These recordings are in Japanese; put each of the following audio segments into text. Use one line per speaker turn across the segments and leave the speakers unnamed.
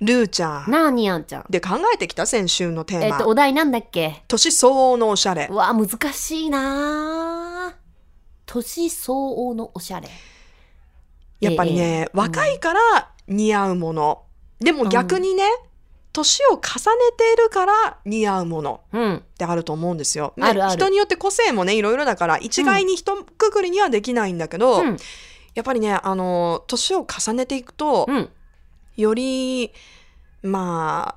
ルーちゃん。
なあ、にあんちゃん。
で、考えてきた先週のテ
えっ
ー
と、
マ。
お題なんだっけ
年相応のおしゃれ
う。わ、難しいなあ年相応のおしゃれ。
やっぱりね、若いから似合うもの。でも逆にね、年を重ねているから似合うもの。
うん。
ってあると思うんですよ。ね
あるある
人によって個性もねいろいろだから一概に一括りにはできないんだけど、
うん。
やっぱりねあの年を重ねていくと、
うん。
よりま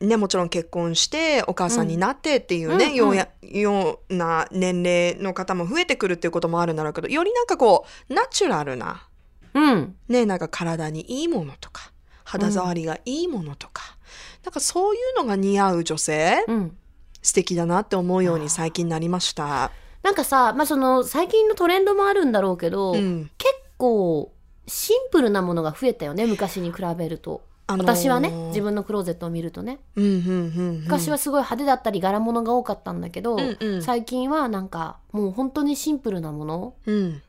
あねもちろん結婚してお母さんになってっていうね、
うん
ようやような年齢の方も増えてくるっていうこともあるんだろうけどよりなんかこうナチュラルな
うん。
ねなんか体にいいものとか肌触りがいいものとか、なんかそういうのが似合う女性
うん。
素敵だなって思うように最近なりました。
なんかさ、まあ、その、最近のトレンドもあるんだろうけど、
うん
結構、シンプルなものが増えたよね、昔に比べると。
あのー
私はね、自、分のクローゼットを見るとね。
うんうんうんうん、
昔はすごい派手だったり、柄物が多かったんだけど、
うんうん
最近はなんか、もう本当にシンプルなもの
うん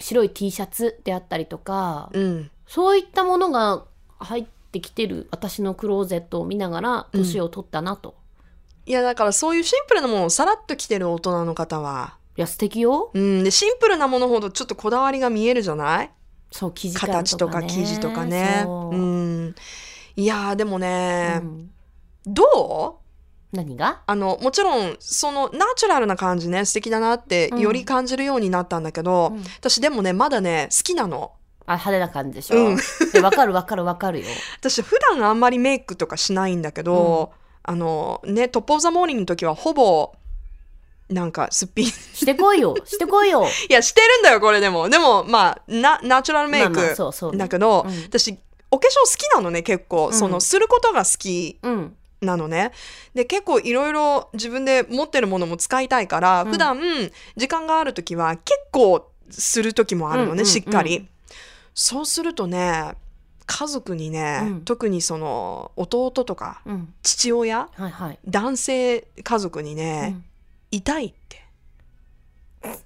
白い T シャツであったりとか、
うん
そういったものが入ってきてる私のクローゼットを見ながら
うん
年を取ったなと、
いやだからそういうシンプルなものをさらっと着てる大人の方は、
いや素敵よ
うん、でシンプルなものほどちょっとこだわりが見えるじゃない
そう生地感とかね
形とか生地とかね
そうう、うん
んいやーでもね、どう
何が
あのもちろんそのナチュラルな感じね素敵だなって
うん
より感じるようになったんだけど、
うん
私でもねまだね好きなの
あ派手な感じでしょ、
うん
でわかるわかるわかるよ
私普段あんまりメイクとかしないんだけど、あのねトップ・オブ・ザ・モーニングの時はほぼなんかすっぴん い
してこいよしてこいよ
やしてるんだよこれでもでもまあなナチュラルメイ
まあまあ
ク
そうそうね
だけど、
うん
私お化粧好きなのね結構、
ん
そのすることが好き
うん
なのねで結構いろいろ自分で持ってるものも使いたいから
うん
普段時間がある時は結構する時もあるのね、
うんうん
しっかり、
う
そうするとね家族にね、
うん
特にその弟とか
うん
父親
はいはい、
男性家族に
う
ね、
ん
痛いって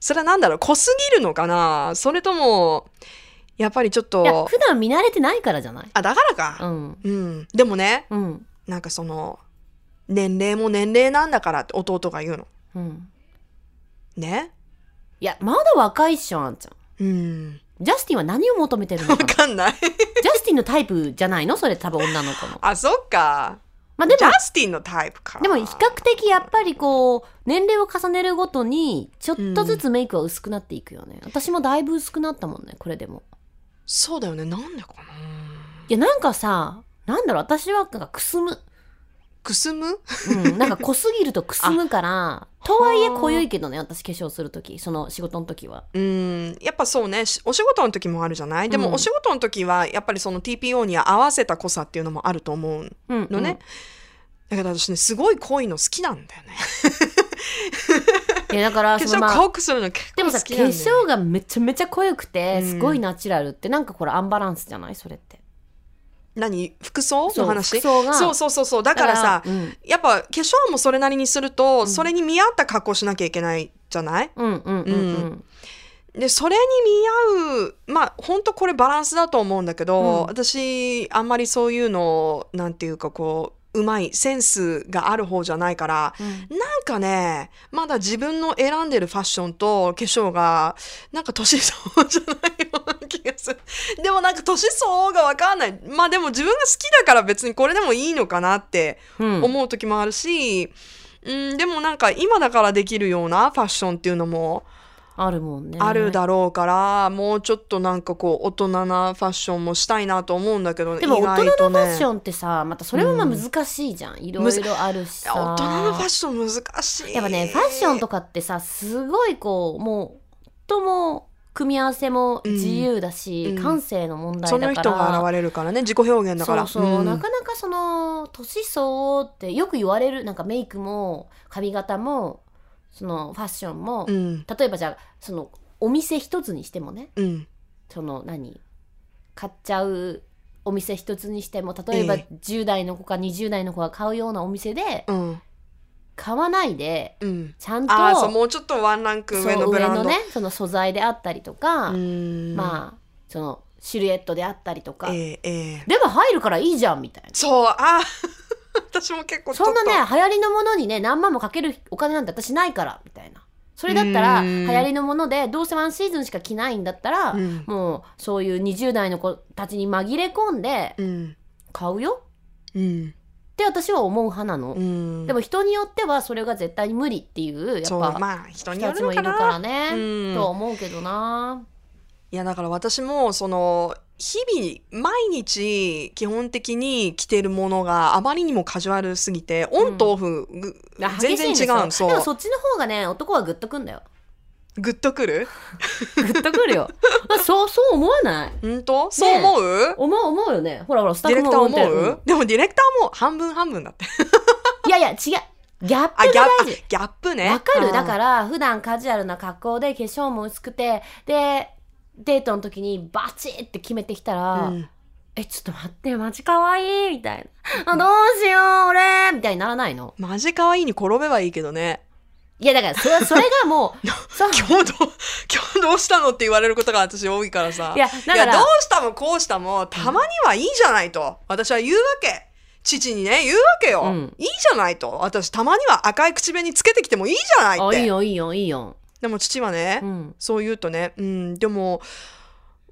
それは何だろう濃すぎるのかなそれともやっぱりちょっ
いや
と
普段見慣れてないからじゃない
あだから
う
か、
ん
うんでもね
うん
なんかその年齢も年齢なんだからって弟が言うの
うん
ね
いやまだ若いっしょあんちゃん
うん
ジャスティンは何を求めてるの
わ
かな
かんない
ジャスティンのタイプじゃないのそれ多分女の子の。
あそっか
まあで
ジャ
も、
スティンのタイプか
でも比較的やっぱりこう、年齢を重ねるごとに、ちょっとずつメイクは薄くなっていくよね。私もだいぶ薄くなったもんね、これでも。
そうだよねなんでかない
や、なんかさ、なんだろう、私はなんかくすむ。
くすむ
うん、なんか濃すぎるとくすむから、とはいえ濃ゆいけどね、私化粧するとき、その仕事のときは。
うんやっぱそうねしお仕事の時もあるじゃないでも、
うん
お仕事の時はやっぱりその TPO に合わせた濃さっていうのもあると思う
うん、
のね、だから私ねすごい濃いの好きなんだよね
うん。いや、だか ら、
化
その
粧
まあ
濃くするの結
で
構
も
好
さ、
き
化
なんだよね
粧がめちゃめちゃ濃ゆくて、
うん
すごいナチュラルって、なんかこれアンバランスじゃないそれって。
何服装
そう
の話
服装が
そうそうそうそうだからさ
うん、
やっぱ化粧もそれなりにすると、
ん
それに見合った格好しなきゃいけないじゃない
うん、うん、うん、うん。
でそれに見合うまあ本当これバランスだと思うんだけど、
うん
私あんまりそういうのなんていうかこううまいセンスがある方じゃないから
うん
なんかねまだ自分の選んでるファッションと化粧がなんか年相応じゃないような気がするでもなんか年相応が分かんないまあでも自分が好きだから別にこれでもいいのかなって
うん
思う時もあるし、うん、でもなんか今だからできるようなファッションっていうのも
あるもんね。
あるだろうから、もうちょっとなんかこう大人なファッションもしたいなと思うんだけど
でも大
意外
人
と
の
ね
ファッションってさ、またそれもまあ難しいじゃん。いろいろあるし
いや
さ。
大人のファッション難しい
やっぱね、ファッションとかってさ、すごいこう、もう、とも、組み合わせも自由だし、
うん
感性の問題だか
そ
ら。
の人が現れるからね自己表現だから
そうそう、
ん
なかなかその年相応ってよく言われるなんかメイクも髪型もそのファッションも、
うん
例えばじゃあそのお店一つにしてもね
うん
その何買っちゃうお店一つにしても例えば
え
10代の子か20代の子が買うようなお店で
うん
買わないで
うん
ちゃんと
ああそうもうちょっとワンランク上の
そう
ブ
上
ランド
のねその素材であったりとか、
うん
まあそのシルエットであったりとか、
ええええ
でも入るからいいじゃんみたいな
そうあ 私も結構ちょっ
そ
と
んなね流行りのものにね何万もかけるお金なんて私ないからみたいなそれだったら
う
流
ーん
行りのものでどうせワンシーズンしか着ないんだったら、
うん
もうそういう20代の子たちに紛れ込んで
うん
買うよ
うん
って私は思う派なの、
うん
でも人によってはそれが絶対に無理っていうや
そう
っぱ
まあ人によ
人
る
つ
の
もい
か
る
な
からね、
うん
とは思うけどない
やだから私もその日々毎日基本的に着てるものがあまりにもカジュアルすぎてオンとオフ、ぐ全然
激しい
違
んです
うんそ
よでも
う
そっちの方がね男はグッとくんだよ
グッとくる
グッとくる よあそうそう思わない
本当そう思う
思う思うよねほらほらスタ
デ
ッ
ィ
フ
レク
も
ター
って
思
る
うでもディレクターも半分半分だって
うんいやいや違うギャッ
あ
プ
ギャ
が
ッ
大
プ
事
ギャップね
わかるだからら普段カジュアルな格好で化粧も薄くてでデートの時にバチって決めてきたら、えちょっと待ってマジ可愛いみたいなあどうしよう俺みたいにならないの
マジ可愛いに転べばいいけどね
いやだからそ れそれがもうそう
今日どう 今日どうしたのって言われることが私多いからさ
いやだか
いやどう
ら
したもこうしたもたまにはいいじゃないと私は言うわけ父にね言うわけよ、
うん
いいじゃないと私たまには赤い口紅つけてきてもいいじゃないっ
あ
て
いいよいいよいいよ、
でも父はね、
うん、
そう言うとねうんでも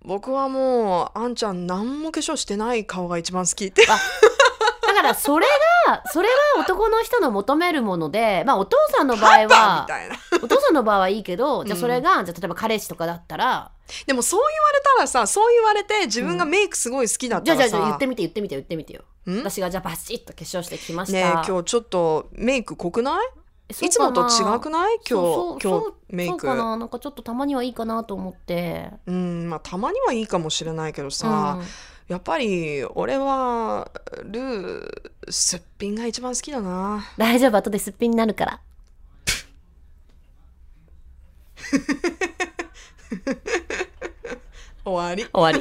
僕はもうあんちゃん何も化粧してない顔が一番好きって
だからそれがそれが男の人の求めるものでまあお父さんの場
パン
合
み
は
たいな
お父さんの場合はいいけどじゃあ
うん
それが、じゃあ例えば彼氏とかだったら
でもそう言われたらさそう言われて自分がメイクすごい好きだっ
じゃ
た
あじ
らさ、
ゃあじゃあ言ってみて言ってみて言ってみてよ
ん
私がじゃあバシッと化粧してきました
ねえ今日ちょっとメイク濃くない
えそう
いつもと
かな
違くない今日
そうそう
今
そ
日
う
メイク
そうかななんかちょっとたまにはいいかなと思って
うんまあたまにはいいかもしれないけどさ、
うん
やっぱり俺はルーすっぴんが一番好きだな
大丈夫後ですっぴんになるから
終わり
終わり